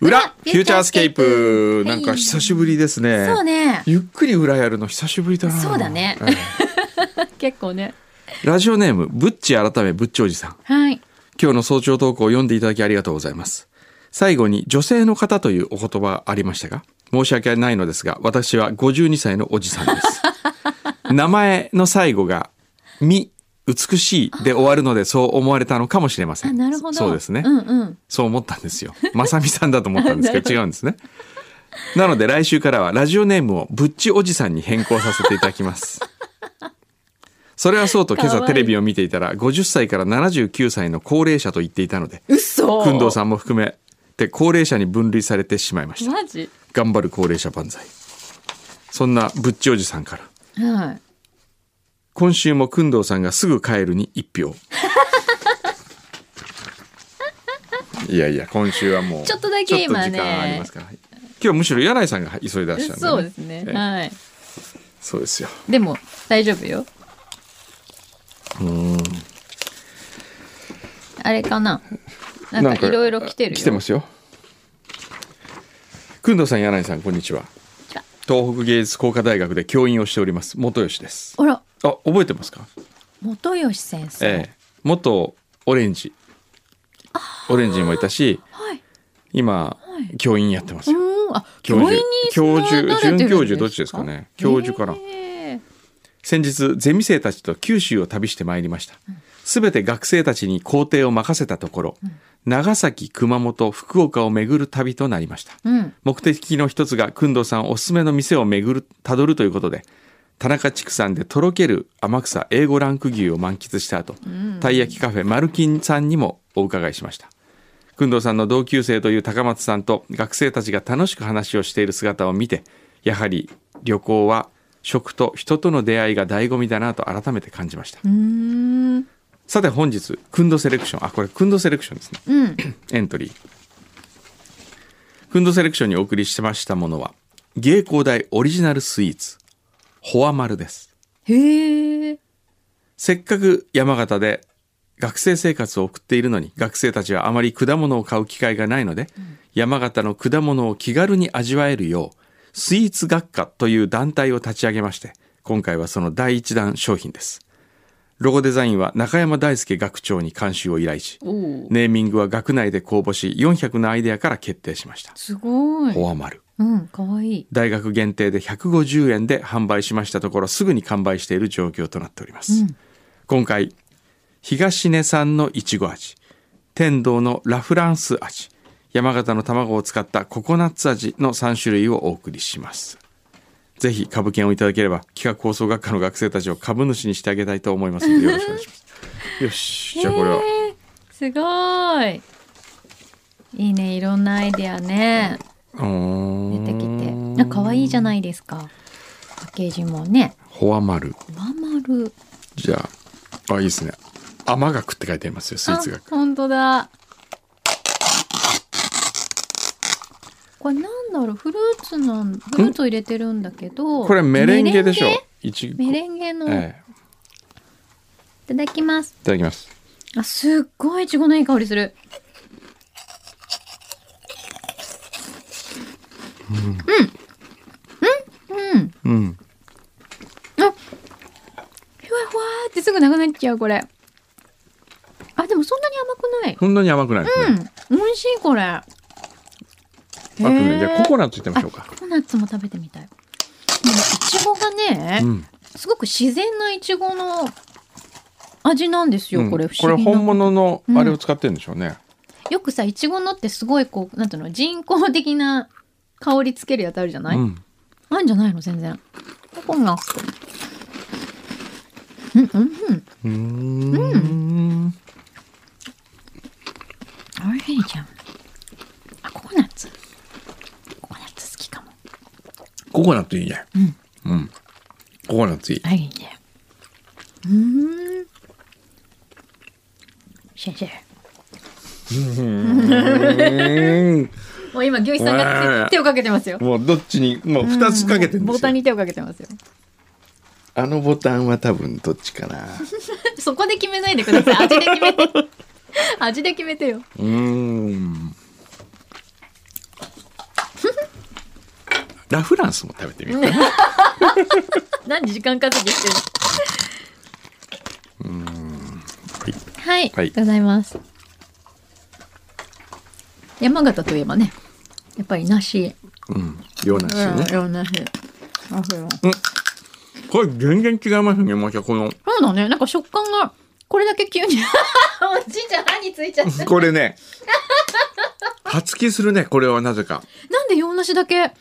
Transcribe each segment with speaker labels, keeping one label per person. Speaker 1: フューチャースケープなんか久しぶりですね。
Speaker 2: そうね。
Speaker 1: ゆっくり裏やるの久しぶりだな。
Speaker 2: そうだね
Speaker 1: はい
Speaker 2: 結構ね。
Speaker 1: ラジオネームぶっち改めぶっちおじさん。
Speaker 2: はい。
Speaker 1: 今日の早朝投稿を読んでいただきありがとうございます。最後に女性の方というお言葉ありましたが、申し訳ないのですが、私は52歳のおじさんです。 名前の最後が、み、美しいで終わるのでそう思われたのかもしれませ
Speaker 2: あ、
Speaker 1: ん。
Speaker 2: なるほど。
Speaker 1: そうですね。
Speaker 2: うんうん。
Speaker 1: そう思ったんですよ。まさみさんだと思ったん ですけど、違うんですね。なので来週からはラジオネームをぶっちおじさんに変更させていただきます。それはそうと今
Speaker 2: か
Speaker 1: 朝
Speaker 2: わいい
Speaker 1: テレビを見ていたら50歳から79歳の高齢者と言っていたので、
Speaker 2: 嘘。
Speaker 1: くんどうさんも含めて高齢者に分類されてしまいました。
Speaker 2: マジ。
Speaker 1: 頑張る高齢者万歳。そんなぶっちおじさんから、
Speaker 2: はい。
Speaker 1: 今週もくんどうさんがすぐ帰るに一票。 いやいや、今週はもう。
Speaker 2: ちょっとだけ今ね
Speaker 1: ちょっと時間ありますから。今日むしろ柳井さんが急いでらっしゃるんで、ね。
Speaker 2: そうですね。
Speaker 1: ええ
Speaker 2: はい。
Speaker 1: そうですよ。
Speaker 2: でも大丈夫よ。あれかな。なんかいろいろ来てるよ。。
Speaker 1: 来てますすよ。くんどうさん、柳井さん、こんにちは。東北芸術工科大学で教員をしております。元吉です。
Speaker 2: あら、
Speaker 1: あ、覚えてますか。
Speaker 2: 元吉先生。
Speaker 1: ええ元オレンジ。オレンジにもいたし、
Speaker 2: はい。
Speaker 1: 今、
Speaker 2: はい
Speaker 1: 教員やってますよ。
Speaker 2: うん。あ、
Speaker 1: 教授
Speaker 2: 教
Speaker 1: 教授
Speaker 2: 授、
Speaker 1: 准教授どっちですかね教授から
Speaker 2: ええ
Speaker 1: 先日ゼミ生たちと九州を旅してまいりましたすべて学生たちに校庭を任せたところ、長崎熊本福岡を巡る旅となりました、
Speaker 2: うん。
Speaker 1: 目的の一つが工藤さんおすすめの店を巡るたどるということで田中畜産でとろける天草 A5 ランク牛を満喫した後、たい焼きカフェマルキンさんにもお伺いしました工藤さんの同級生という高松さんと学生たちが楽しく話をしている姿を見てやはり旅行は食と人との出会いが醍醐味だなと改めて感じました、
Speaker 2: うーん。
Speaker 1: さて本日工藤セレクションあこれ工藤セレクションですね
Speaker 2: うん。
Speaker 1: エントリー。フンドセレクションにお送りしてましたものは、芸工大オリジナルスイーツ、ホアマルです。
Speaker 2: へえ。
Speaker 1: せっかく山形で学生生活を送っているのに、学生たちはあまり果物を買う機会がないので、山形の果物を気軽に味わえるよう、スイーツ学科という団体を立ち上げまして、今回はその第一弾商品です。ロゴデザインは中山大輔学長に監修を依頼し、
Speaker 2: おお。
Speaker 1: ネーミングは学内で公募し400のアイデアから決定しました。
Speaker 2: すごい。
Speaker 1: ホアマル。
Speaker 2: うん、かわいい。
Speaker 1: 大学限定で150円で販売しましたところすぐに完売している状況となっております。今回、東根産のいちご味、天童のラフランス味、山形の卵を使ったココナッツ味の3種類をお送りします。ぜひ株券をいただければ企画構想学科の学生たちを株主にしてあげたいと思いますのでよろしくお願いします。よし、じゃあこれは。
Speaker 2: へえすごい。いいね、いろんなアイデアね。出
Speaker 1: 出
Speaker 2: てきて。なんか可愛いじゃないですか。パッケージもね。
Speaker 1: ホアマル。
Speaker 2: ワマル。
Speaker 1: じゃあ、あ、いいですね。甘学って書いてありますよ、スイー
Speaker 2: あ
Speaker 1: ツ学、。
Speaker 2: 本当だ。これなんだろう、フルーツなん、フルーツを入れてるんだけど。
Speaker 1: これメレンゲでしょ
Speaker 2: メレン。
Speaker 1: いち
Speaker 2: ゲ
Speaker 1: ご。
Speaker 2: メ
Speaker 1: え
Speaker 2: レンゲの、い
Speaker 1: え、
Speaker 2: ただきます。
Speaker 1: いただきます。
Speaker 2: あ、すっごいいちごのいい香りする。うん。うん。うん。
Speaker 1: うん。
Speaker 2: ふわふわーってすぐなくなっちゃう、これ。あ、でもそんなに甘く
Speaker 1: そんなに甘くないですね。
Speaker 2: ない。うん。美味しい、これ。あ
Speaker 1: あとね、じゃあココナッツいってみましょうか。
Speaker 2: ココナッツも食べてみたい。でもいちごがね、
Speaker 1: うん。
Speaker 2: すごく自然ないちごの味なんですよ、
Speaker 1: うん
Speaker 2: これ。
Speaker 1: これ本
Speaker 2: 物。
Speaker 1: 物のあれを使ってるんでしょうね。
Speaker 2: よくさ、いちごのってすごいこう、なんていうの、人工的な香りつけるやつあるじゃ
Speaker 1: う
Speaker 2: ない、
Speaker 1: ん。
Speaker 2: あんじゃないの全然。ココナッツ。うん、うん、
Speaker 1: う
Speaker 2: うん。
Speaker 1: ーん。
Speaker 2: おいしいじゃん。あ、ココナッツ。ココナッツ好きかも。
Speaker 1: ココナッツいいね。うん。ココナッツいい。
Speaker 2: はい、いいね。うーん。シェシェ。もう今、牛一さんが手手をかけてますよ。
Speaker 1: もうどっちに、もう二つかけてるんで
Speaker 2: ボ
Speaker 1: す
Speaker 2: タン
Speaker 1: よ。
Speaker 2: に手をかけてますよ。
Speaker 1: あのボタンは多分どっちかな。
Speaker 2: そこで決めないでください。味で決め て。味で決めてよ。
Speaker 1: うーん。ラフランスも食べてみようかな。
Speaker 2: 何時間稼ぎしてる
Speaker 1: はいは
Speaker 2: はい、
Speaker 1: い
Speaker 2: ありがとうございます山形といえばねやっぱり梨
Speaker 1: うん、ようなんですよね。
Speaker 2: うん梨あそうよ
Speaker 1: これ全然違いますね。またこの、
Speaker 2: そうだねなんか食感がこれだけ 急におじいちゃん歯についちゃった
Speaker 1: これね、発揮するね、これはなぜか。
Speaker 2: なんで洋梨だけあ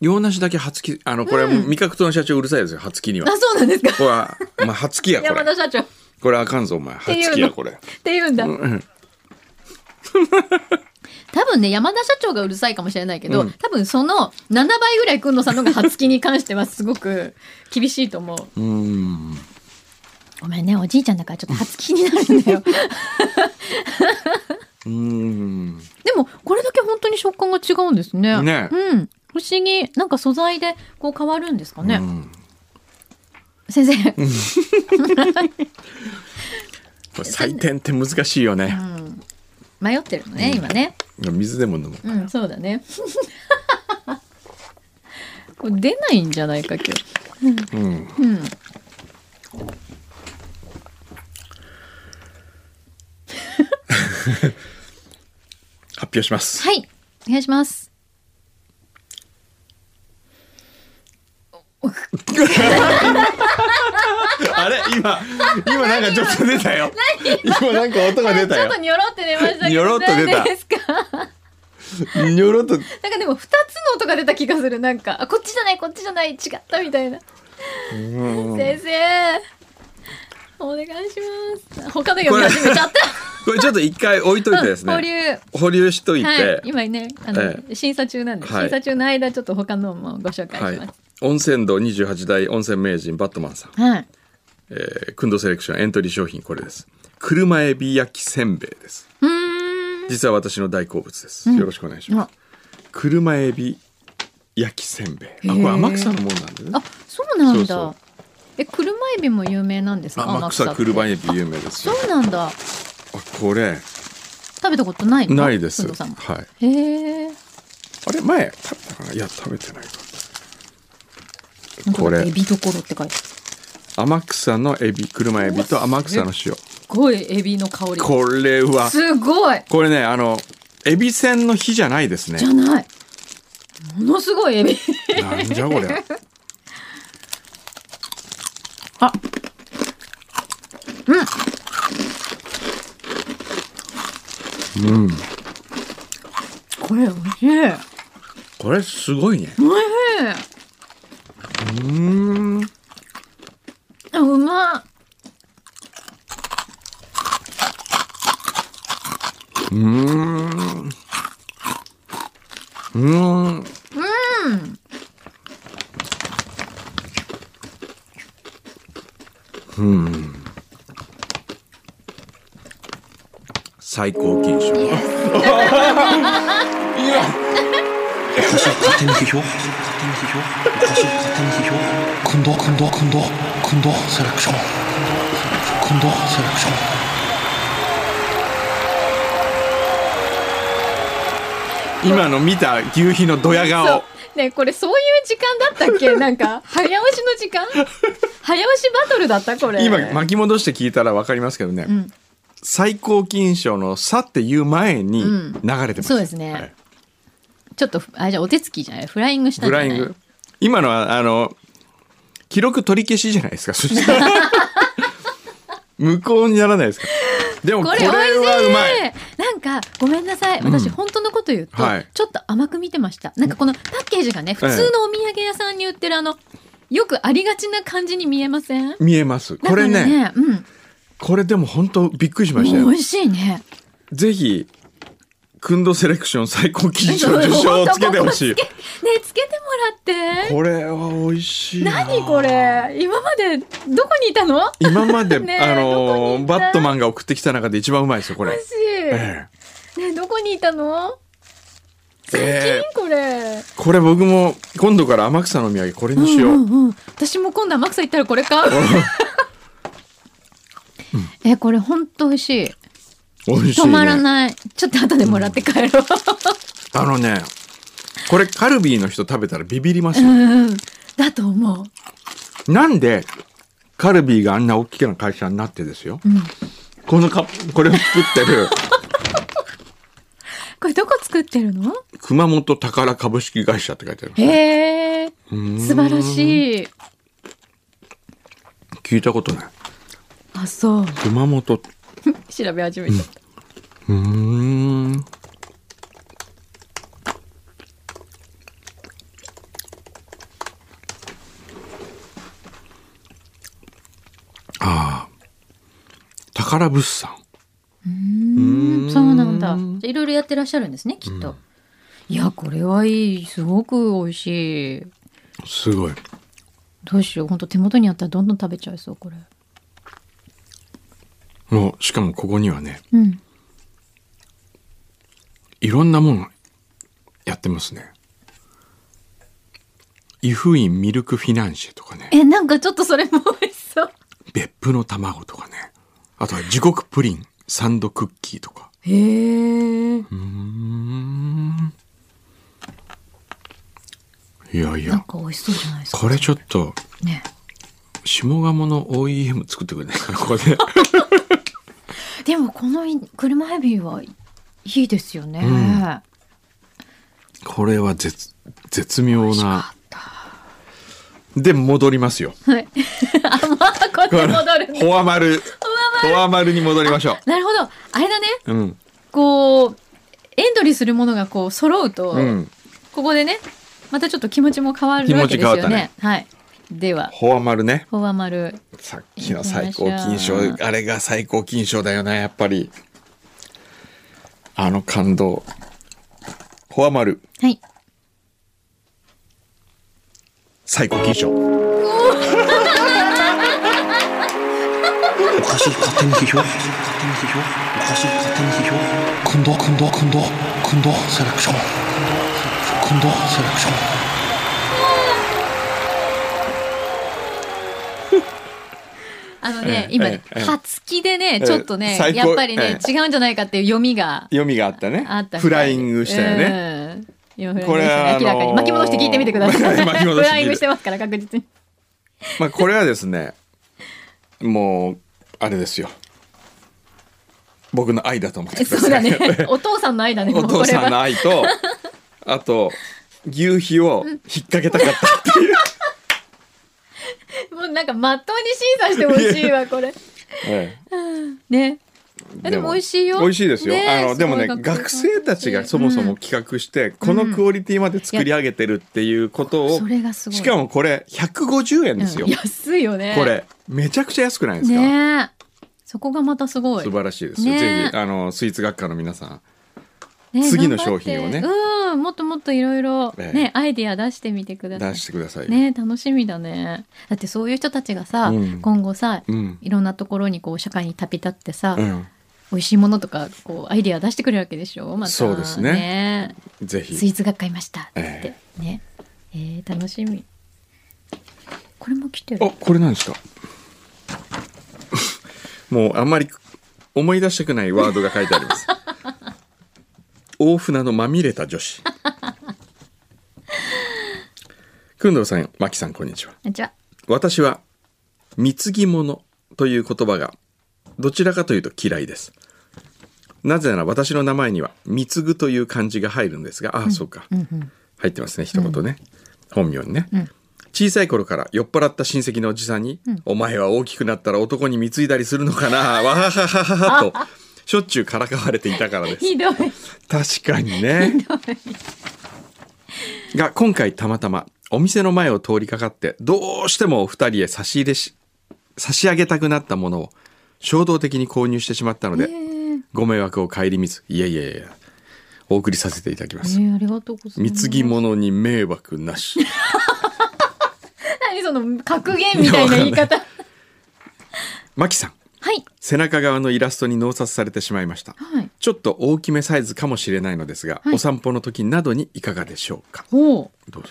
Speaker 1: 洋梨だけ発揮、あの、これはもう味覚党の社長うるさいですよ、発揮に は。
Speaker 2: そうなんですか
Speaker 1: これは、まあ、発揮や、こ
Speaker 2: 山田
Speaker 1: れ。
Speaker 2: 社長っ
Speaker 1: これあかんぞ、お前。発
Speaker 2: ていう
Speaker 1: 揮
Speaker 2: の
Speaker 1: や、これ。
Speaker 2: ていうんだ、
Speaker 1: うん
Speaker 2: 多分ね山田社長がうるさいかもしれないけど、
Speaker 1: うん
Speaker 2: 多分その7倍ぐらいくんのさんの方が初期に関してはすごく 厳しいと思う
Speaker 1: うん。
Speaker 2: ごめんねおじいちゃんだからちょっと初期になるんだよ
Speaker 1: うん。
Speaker 2: でもこれだけ本当に食感が違うんですね
Speaker 1: ね
Speaker 2: うん不思議なんか素材でこう変わるんですかね、
Speaker 1: うん
Speaker 2: 先生、
Speaker 1: これ採点って難しいよね。
Speaker 2: うん迷ってるのね、今ね
Speaker 1: 水でも飲む。
Speaker 2: うんそうだね これ出ないんじゃないか今日
Speaker 1: うん。
Speaker 2: うん
Speaker 1: 発表します。
Speaker 2: はい、お願いします。
Speaker 1: あれ今、今なんかちょっと出たよ。今なんか音が出た
Speaker 2: ちょっ
Speaker 1: よ
Speaker 2: と。ニョロって出ましたけど。
Speaker 1: ニョロっと出た
Speaker 2: 何ですか。
Speaker 1: にょろっと。
Speaker 2: なんかでも二つの音が出た気がする。なんか、あ、こっちじゃない、こっちじゃない、違ったみたいな。
Speaker 1: うん
Speaker 2: 先生。お願いします。他の読み始めちゃっ
Speaker 1: これちょっと一回置いとい
Speaker 2: た。
Speaker 1: てです
Speaker 2: 保留。
Speaker 1: ね。保留しといて、
Speaker 2: はい、今ね、あの、
Speaker 1: え
Speaker 2: 審査中なんで、
Speaker 1: はい
Speaker 2: 審査中の間、ちょっと他のもご紹介します。
Speaker 1: 温泉道28代温泉名人バットマンさん、
Speaker 2: はい。
Speaker 1: えー、くんどセレクションエントリー商品これです車エビ焼きせんべいです
Speaker 2: うーん。
Speaker 1: 実は私の大好物です、よろしくお願いします
Speaker 2: あ、
Speaker 1: 車エビ焼きせんべいあ
Speaker 2: へ
Speaker 1: これ
Speaker 2: ー
Speaker 1: 天草のもんなんでね
Speaker 2: あそうなんだ。
Speaker 1: そうそう
Speaker 2: え、車エビも有名なんですか。
Speaker 1: 天
Speaker 2: 天
Speaker 1: 草
Speaker 2: って
Speaker 1: 車エビ有名です
Speaker 2: そ
Speaker 1: よ
Speaker 2: うなんだ。
Speaker 1: あこれ
Speaker 2: 食べたことないの
Speaker 1: ないです
Speaker 2: 工藤さん
Speaker 1: はい
Speaker 2: へえ。
Speaker 1: あれ前食べたかないや食べてないかこ
Speaker 2: こ
Speaker 1: れ
Speaker 2: れエビどころって書いてある。す
Speaker 1: 天草のエビ車エビと天草の塩
Speaker 2: ごいエビの香り。
Speaker 1: これは
Speaker 2: すごい
Speaker 1: これねあのエビせんの日じゃないですね
Speaker 2: じゃない。ものすごいエビ。
Speaker 1: なんじゃこれ。
Speaker 2: あ、
Speaker 1: うん。
Speaker 2: これ美味しい。美味
Speaker 1: これすごいね。
Speaker 2: しい。
Speaker 1: うん。
Speaker 2: あうまい。
Speaker 1: うん。うん。うん。最高金賞。今。
Speaker 3: 私は勝手に批評私は勝手に批評今度今度今度今度セレクション今度セレクション
Speaker 1: 今の見た牛皮のドヤ
Speaker 2: そう
Speaker 1: 顔。。
Speaker 2: ねこれそういう時間だったっ け？なんか早押しの時間？早押しバトルだったこれ。
Speaker 1: 今巻き戻して聞いたらわかりますけどね。
Speaker 2: ん
Speaker 1: 最高金賞の差っていう前に
Speaker 2: うん
Speaker 1: 流れてます。
Speaker 2: そうですね
Speaker 1: はい
Speaker 2: ちょっとあじゃあお手つきじゃないフライングしたん
Speaker 1: フ
Speaker 2: じゃな
Speaker 1: ラ
Speaker 2: い
Speaker 1: イング。今のは、あの、記録取り消しじゃないですか、そ したら。無効にならないですか。でも、こ
Speaker 2: これ
Speaker 1: れ
Speaker 2: 美味しい
Speaker 1: はうまい。
Speaker 2: なんかごめんなさい
Speaker 1: う
Speaker 2: 私、
Speaker 1: ん
Speaker 2: 本当のこと言うと、
Speaker 1: はい
Speaker 2: ちょっと甘く見てましたなんかこのパッケージがね普通のお土産屋さんに売ってるあのよくありがちな感じに見えません
Speaker 1: 見えます。これ
Speaker 2: だ
Speaker 1: ね、
Speaker 2: からうん
Speaker 1: これでも本当びっくりしました
Speaker 2: 美
Speaker 1: よ。
Speaker 2: 味しいね
Speaker 1: ぜひ、くんどセレクション最高金賞受賞をつけてほしい
Speaker 2: 本当。ここつけ ねつけてもらって
Speaker 1: これは美味しいな。
Speaker 2: 何これ今までどこにいたの
Speaker 1: 今まで、
Speaker 2: ねえ
Speaker 1: あ
Speaker 2: どこ
Speaker 1: の
Speaker 2: に行った
Speaker 1: バットマンが送ってきた中で一番うまいですよこ
Speaker 2: 美
Speaker 1: れ、
Speaker 2: 味し
Speaker 1: え
Speaker 2: い、
Speaker 1: え
Speaker 2: ねどこにいたの最近、
Speaker 1: ええ
Speaker 2: これ
Speaker 1: これ僕も今度から天草のお土産これにしよう、
Speaker 2: うんうんうん、私も今度天草行ったらこれ買う。 えこれ本当美味しい。
Speaker 1: 美味しい、
Speaker 2: 止
Speaker 1: ね、
Speaker 2: まらない。ちょっと後でもらって帰ろう。
Speaker 1: あのね、これカルビーの人食べたらビビります
Speaker 2: う
Speaker 1: よ、
Speaker 2: んだと思う。
Speaker 1: なんでカルビーがあんな大きな会社になってですよ、
Speaker 2: ん
Speaker 1: このカこれを作ってる
Speaker 2: これどこ作ってるの
Speaker 1: 熊本宝株式会社って書いてある
Speaker 2: へえ素晴らしい。
Speaker 1: 聞いたことない
Speaker 2: あ、そう。
Speaker 1: 熊本
Speaker 2: 調べ始めちゃった。
Speaker 1: うーんああ宝物産
Speaker 2: うん、そうなんだ。じゃいろいろやってらっしゃるんですね、きっと。いや、これはいい。すごく美味しい。
Speaker 1: すごい
Speaker 2: どうしよう。本当手元にあったらどんどん食べちゃいそう、これ。
Speaker 1: もうしかもここにはね
Speaker 2: うん。
Speaker 1: いろんなものやってますねイフインミルクフィナンシェとかね
Speaker 2: え、なんかちょっとそれも美味しそう。
Speaker 1: 別府の卵とかねあとは地獄プリンサンドクッキーとか
Speaker 2: へえ。
Speaker 1: いやい
Speaker 2: なん
Speaker 1: や
Speaker 2: か美味しそうじゃないですか。
Speaker 1: これちょっと
Speaker 2: ね。
Speaker 1: 下鴨の OEM 作ってくれない かなここで
Speaker 2: でもこのい車エビはいいいですよね。
Speaker 1: んこれは絶絶妙なで戻り ますよ
Speaker 2: はい。あ、まあ、こっち戻るんだ。
Speaker 1: フォアマルフォアマルに戻りましょ
Speaker 2: なるほど。あれだね。
Speaker 1: ううん
Speaker 2: こう、エントリーするものがこう揃うと、
Speaker 1: うん
Speaker 2: ここでね、またちょっと気持ちも変わるわけ
Speaker 1: 気持ち
Speaker 2: です
Speaker 1: 変わっ
Speaker 2: よ
Speaker 1: たね
Speaker 2: ね。はい。では、
Speaker 1: フォアマルね
Speaker 2: フォアマル。
Speaker 1: さっきの最高金賞
Speaker 2: 行きましょ
Speaker 1: あれが最高金賞だよねやっぱりあの感動フォアマル
Speaker 2: はい。
Speaker 1: 最高金賞
Speaker 3: おかしい勝手に批評おかしい勝手に批評おかしい勝手に批評今度今度今度今度セレクション今度セレクション
Speaker 2: あのね、
Speaker 1: ええ
Speaker 2: 今
Speaker 1: え
Speaker 2: ね、
Speaker 1: えええ
Speaker 2: 初期でね、ちょっとね、
Speaker 1: 最高
Speaker 2: やっぱりね、違うんじゃないかっていう読みが
Speaker 1: 読みがあったね
Speaker 2: あったみたい
Speaker 1: フライングしたよね、。
Speaker 2: うん今フライング
Speaker 1: これは
Speaker 2: ですね明らか
Speaker 1: あの
Speaker 2: に
Speaker 1: ー
Speaker 2: 巻き戻して聞いてみてください。
Speaker 1: 巻き戻して聞いて
Speaker 2: フライングしてますから、確実に。
Speaker 1: まあこれはですねもうあれですよ僕の愛だと思ってくだ
Speaker 2: そ
Speaker 1: さ
Speaker 2: うだ
Speaker 1: い、
Speaker 2: ね。お父さんの愛だね。も
Speaker 1: お
Speaker 2: う
Speaker 1: 父さ んの
Speaker 2: こ
Speaker 1: 愛とあと牛皮を引っ掛けたかった っていう、
Speaker 2: れはもうなんか、まっとうに審査してほしいわ、これ。
Speaker 1: ええ
Speaker 2: ね。えでも美味しいよ
Speaker 1: 美味しいですよ、
Speaker 2: ねえ
Speaker 1: あのでもね
Speaker 2: すごい学
Speaker 1: 学
Speaker 2: 生
Speaker 1: 生たちがそもそも企画して、このクオリティまで作り上げてるっていうことを、
Speaker 2: それがすごい。
Speaker 1: しかもこれ150円ですよ、
Speaker 2: うん安いよね。
Speaker 1: こ。れめちゃくちゃ安くないですか、
Speaker 2: ねえ。そこがまたすごい。
Speaker 1: 素晴らしいですよ、
Speaker 2: ねえ
Speaker 1: ぜひあのスイーツ学科の皆さん
Speaker 2: ねえ
Speaker 1: 次の商品をね
Speaker 2: 頑張ってうん、もっともっといろいろ、
Speaker 1: ええ
Speaker 2: ね、アイディア出してみてください
Speaker 1: 出。してくださいよ、
Speaker 2: ねえ楽しみだね。だってそういう人たちがさ、
Speaker 1: うん
Speaker 2: 今後さ、
Speaker 1: うん、
Speaker 2: いろんなところにこう社会に旅立ってさ、
Speaker 1: うん、
Speaker 2: 美味しいものとかこうアイディア出してくるわけでしょまた
Speaker 1: そうですね
Speaker 2: ね
Speaker 1: ぜ
Speaker 2: スイ
Speaker 1: ひ
Speaker 2: ーツ学買いましたっつって、
Speaker 1: え
Speaker 2: ね、えー楽しみこれも来てる
Speaker 1: あこれなんですか もうあんまり思い出したくないワードが書いてあります 大船のまみれた女子くんどうさんまきさんこんにちは
Speaker 2: あじゃあ
Speaker 1: 私は貢ぎ物という言葉がどちらかというと嫌いですなぜなら私の名前には貢ぐという漢字が入るんですがああ、そうか、
Speaker 2: うんうん
Speaker 1: 入ってますね一言ね、本名にね、
Speaker 2: うん
Speaker 1: 小さい頃から酔っ払った親戚のおじさんに「お前は大きくなったら男に貢いだりするの かなわははははは」としょっちゅうからかわれていたから です
Speaker 2: ひどい
Speaker 1: 確かにね。が今回たまたまお店の前を通りかかってどうしてもお二人へ差し入れし差し上げたくなったものを衝動的に購入してしまったので、ご迷惑を顧みずいやいやいやいやお送りさせていただきま
Speaker 2: え
Speaker 1: す。
Speaker 2: ー、ありがとうございます
Speaker 1: 貢ぎ物に迷惑なし。
Speaker 2: 何その格言みたい な言い方
Speaker 1: マキさん
Speaker 2: はい
Speaker 1: 背中側のイラストに納札されてしまいました。
Speaker 2: はい
Speaker 1: ちょっと大きめサイズかもしれないのですが、
Speaker 2: はい
Speaker 1: お散歩の時などにいかがでしょうか。
Speaker 2: ほ
Speaker 1: どうぞ。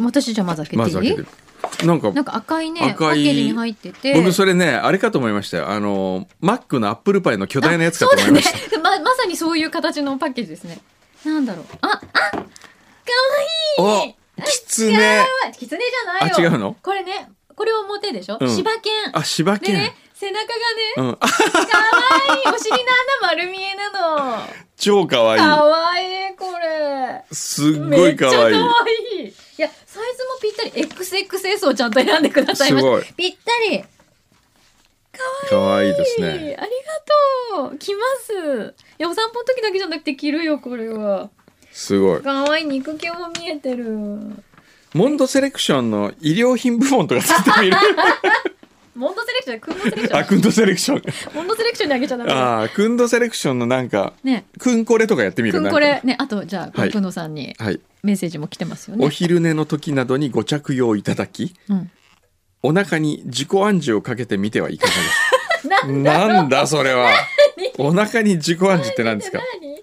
Speaker 2: う私じゃあまず開けていい、
Speaker 1: まず開けてる。なんか
Speaker 2: なんか赤いね
Speaker 1: 赤い
Speaker 2: パッケージに入ってて
Speaker 1: 僕それねあれかと思いましたよあのマックのアップルパイの巨大 なやつかと思いました、
Speaker 2: そうだね、ままさにそういう形のパッケージですねなんだろうああわいい
Speaker 1: おきつね
Speaker 2: キツネじゃないよ
Speaker 1: あ違うの
Speaker 2: これねこれ表でしょ、
Speaker 1: うん
Speaker 2: 柴犬
Speaker 1: あ柴
Speaker 2: で
Speaker 1: 犬、
Speaker 2: ね背中がね
Speaker 1: うん、あ
Speaker 2: かわいいお尻の穴丸見えなの
Speaker 1: 超かわいい
Speaker 2: かわいいこれ
Speaker 1: すっご
Speaker 2: めっ
Speaker 1: い
Speaker 2: ち
Speaker 1: か
Speaker 2: ゃか
Speaker 1: わ
Speaker 2: わ
Speaker 1: いい
Speaker 2: いいいやサイズもぴったり XXS をちゃんと選んでくださいまし
Speaker 1: すごい
Speaker 2: たぴったり
Speaker 1: かわいいです
Speaker 2: いい
Speaker 1: ね
Speaker 2: ありがとう着ますいやお散歩の時だけじゃなくて着るよこれは
Speaker 1: すごい
Speaker 2: かわいい肉球も見えてる
Speaker 1: モンドセレクションの医療品部門とか作ってみる
Speaker 2: モンドセレクションクンドセレクシ
Speaker 1: あク
Speaker 2: ョ
Speaker 1: ンドセレクション
Speaker 2: ンモンドセレクションにあげちゃダメだ
Speaker 1: ああクンドセレクションのなんか
Speaker 2: ね
Speaker 1: クンコレとかやってみる
Speaker 2: くん
Speaker 1: なんか
Speaker 2: これねあとじゃあ
Speaker 1: はい
Speaker 2: くんのさんに
Speaker 1: はい
Speaker 2: メッセージも来てますよね、
Speaker 1: お昼寝の時などにご着用いただき
Speaker 2: うん、
Speaker 1: お腹に自己暗示をかけてみてはいかがですか
Speaker 2: な
Speaker 1: なんだそれはお腹に自己暗示って何ですか
Speaker 2: 何ど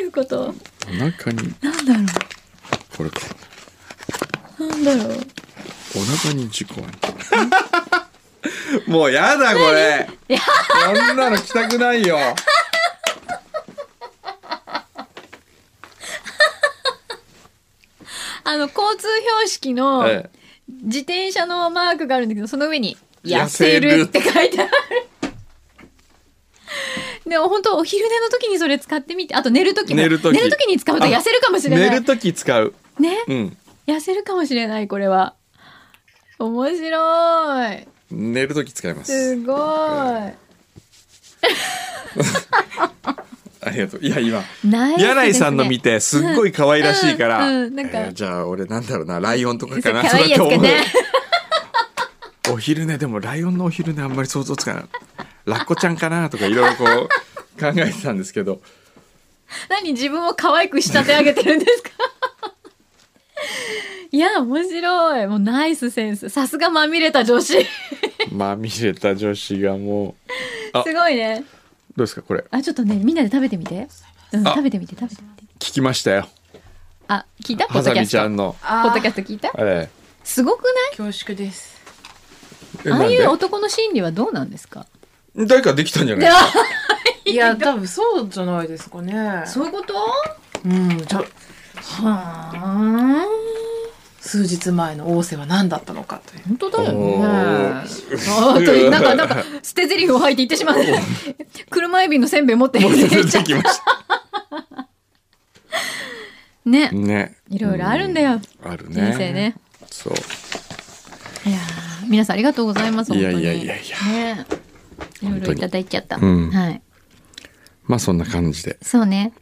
Speaker 2: ういうこと
Speaker 1: お腹に
Speaker 2: なんだろ
Speaker 1: これか
Speaker 2: うなんだろう
Speaker 1: お腹に自己暗示もうやだこれこんなの着たくないよ
Speaker 2: あの交通標識の
Speaker 1: ええ
Speaker 2: 自転車のマークがあるんだけどその上に「痩
Speaker 1: 痩
Speaker 2: せ
Speaker 1: せる
Speaker 2: る」って書いてある。 でも本当お昼寝の時にそれ使ってみてあと寝る時も
Speaker 1: 寝る時
Speaker 2: に使うと痩せるかもしれ
Speaker 1: 寝
Speaker 2: な
Speaker 1: る
Speaker 2: い
Speaker 1: 時使う
Speaker 2: ね
Speaker 1: うん
Speaker 2: 痩せるかもしれないこれは面白い
Speaker 1: 寝る時使います
Speaker 2: すごい
Speaker 1: ありがとういや今
Speaker 2: ナイスですね
Speaker 1: 柳井さんの見てすっごい可愛らしいから、
Speaker 2: うんうんなんか
Speaker 1: えーじゃあ俺なんだろうなライオンとかかな
Speaker 2: 可愛いやつ
Speaker 1: と
Speaker 2: か
Speaker 1: 思う
Speaker 2: ね
Speaker 1: お昼寝でもライオンのお昼寝あんまり想像つかないラッコちゃんかなとかいろいろこう考えてたんです けど
Speaker 2: 何自分を可愛く仕立て上げてるんですか いや面白いもうナイスセンスさすがまみれた女子す
Speaker 1: まみれた女子がもうあ
Speaker 2: ごいね
Speaker 1: どうですかこれ
Speaker 2: あちょっとねみんなで食べてみて、うん、
Speaker 1: あ
Speaker 2: 食べてみて食べてみて
Speaker 1: 聞きましたよ
Speaker 2: あ聞いたポ
Speaker 1: は
Speaker 2: ッド
Speaker 1: さ
Speaker 2: キャ
Speaker 1: み
Speaker 2: ス
Speaker 1: ちゃ
Speaker 2: ト
Speaker 1: んの
Speaker 2: ポッドキャスト聞いた
Speaker 1: え
Speaker 2: すごく
Speaker 4: 恐縮です
Speaker 1: ええ
Speaker 2: ないあ
Speaker 1: な
Speaker 2: あ
Speaker 1: ん
Speaker 2: い
Speaker 1: で
Speaker 2: う男の心理はどうなんですか
Speaker 1: 誰かできたんじゃ
Speaker 2: で
Speaker 1: ない
Speaker 2: あ
Speaker 4: いや多分そうじゃないですかね
Speaker 2: そういうこと
Speaker 4: うんじゃ
Speaker 2: はあ
Speaker 4: 数日前の仰せは何だったのかという
Speaker 2: 本当だよね
Speaker 1: お
Speaker 2: あ
Speaker 1: ー
Speaker 2: あというなんかな んか捨て台詞を吐いて言ってしまう車エビのせんべい持って
Speaker 1: もう出
Speaker 2: 行っちゃ
Speaker 1: て
Speaker 2: う
Speaker 1: きまし
Speaker 2: ね
Speaker 1: たね
Speaker 2: いろいろあるんだよ
Speaker 1: うんあるね
Speaker 2: 人生ね
Speaker 1: そう
Speaker 2: いやー皆さんありがとうございます。
Speaker 1: いや
Speaker 2: 本当に
Speaker 1: いやいやいや
Speaker 2: ねえいろいろいただいちゃった。
Speaker 1: うん
Speaker 2: はい。
Speaker 1: まあそんな感じで
Speaker 2: そうね。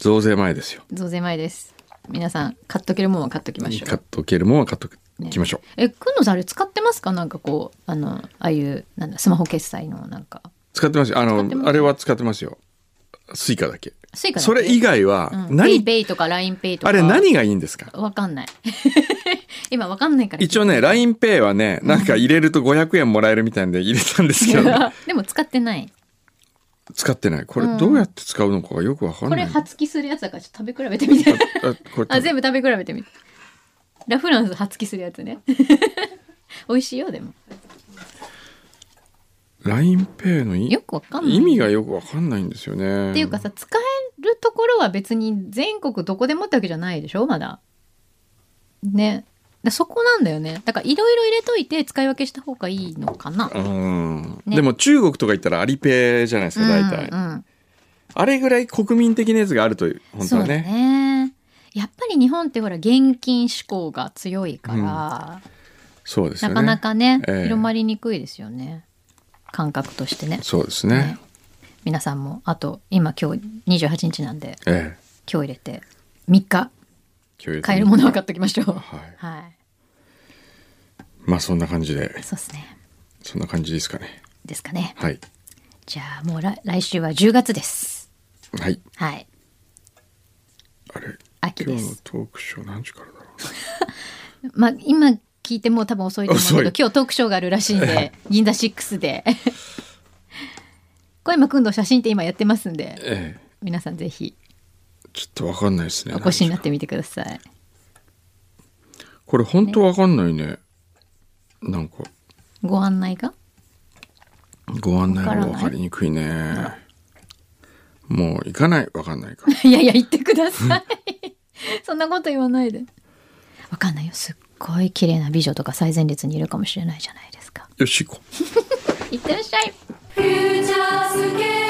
Speaker 1: 増税前ですよ
Speaker 2: 増税前です。皆さん買っとけるもんは買っときましょ
Speaker 1: カ
Speaker 2: う
Speaker 1: ッ。トけるもんはカットいきましょう、
Speaker 2: え、くんのさんあれ使ってますか？なんかこうあのああいうなんだスマホ決済のなんか
Speaker 1: 使ってますよあ
Speaker 2: 使ってます
Speaker 1: のあれは使ってますよスイカだけ
Speaker 2: スイカだっけ
Speaker 1: それ以外は
Speaker 2: うん、ペイ
Speaker 1: 何、
Speaker 2: ペイとかラインペイとか。
Speaker 1: あれ何がいいんですか
Speaker 2: わかんない。 今わかんないから。
Speaker 1: 一応ね LINEPay はねなんか入れると500円もらえるみたいんで入れたんですけどね、
Speaker 2: でも使ってない。
Speaker 1: 使ってないこれ
Speaker 2: うん
Speaker 1: どうやって使うのかがよくわかん
Speaker 2: こ
Speaker 1: な
Speaker 2: れ
Speaker 1: い、
Speaker 2: 葉付きするやつだからちょっと食べ比べてみて。
Speaker 1: あこ
Speaker 2: あ
Speaker 1: れ
Speaker 2: 全部食べ比べてみてラフランス葉付きするやつね 美味しいよでも
Speaker 1: LINEPay のい
Speaker 2: よくわかんない
Speaker 1: 意味がよくわかんないんですよね
Speaker 2: っていうかさ使えるところは別に全国どこでもってわけじゃないでしょまだねだそこなんだよねだからいろいろ入れといて使い分けした方がいいのかな
Speaker 1: うん、
Speaker 2: ね
Speaker 1: でも中国とか行ったらアリペイじゃないですか大体、
Speaker 2: うんうん
Speaker 1: あれぐらい国民的なやつがあるという本当
Speaker 2: そう
Speaker 1: は
Speaker 2: だ
Speaker 1: ね
Speaker 2: ねやっぱり日本ってほら現金志向が強いから、
Speaker 1: うんそうですよ
Speaker 2: な
Speaker 1: ね
Speaker 2: かなかね、
Speaker 1: ええ
Speaker 2: 広まりにくいですよね感覚としてね
Speaker 1: そうですね
Speaker 2: ね皆さんもあと今今日28日なんで
Speaker 1: ええ
Speaker 2: 今日入れて3日
Speaker 1: 今日入れて
Speaker 2: 買えるものは買っときましょう
Speaker 1: は
Speaker 2: はいい、
Speaker 1: まあそんな感じで
Speaker 2: そうですね
Speaker 1: そんな感じですかね
Speaker 2: ですかね
Speaker 1: はい
Speaker 2: じゃあもう来来週は10月です
Speaker 1: はい
Speaker 2: はい
Speaker 1: あれ
Speaker 2: 秋
Speaker 1: 今
Speaker 2: で
Speaker 1: 日の
Speaker 2: す
Speaker 1: トークショー何時からだろう
Speaker 2: まあ今聞いてもう多分遅いと思うけ
Speaker 1: 遅
Speaker 2: ど
Speaker 1: い
Speaker 2: 今日トークショーがあるらしいん で銀座6で 小山君の写真って今やってますんで
Speaker 1: ええ
Speaker 2: 皆さんぜひ
Speaker 1: ちょっとわかんないですね
Speaker 2: お越しになっ
Speaker 1: 何時
Speaker 2: てみてください
Speaker 1: かこれ本当わかんないねなんか
Speaker 2: ご案内が
Speaker 1: ご案内
Speaker 2: わからな
Speaker 1: も
Speaker 2: い
Speaker 1: わかりにくいねもう行かないわかんないから
Speaker 2: いやいや言ってくださいそんなこと言わないでわかんないよすっごい綺麗な美女とか最前列にいるかもしれないじゃないですか
Speaker 1: よし行こう
Speaker 2: いってらっしゃい
Speaker 5: 「フューチャースケープ」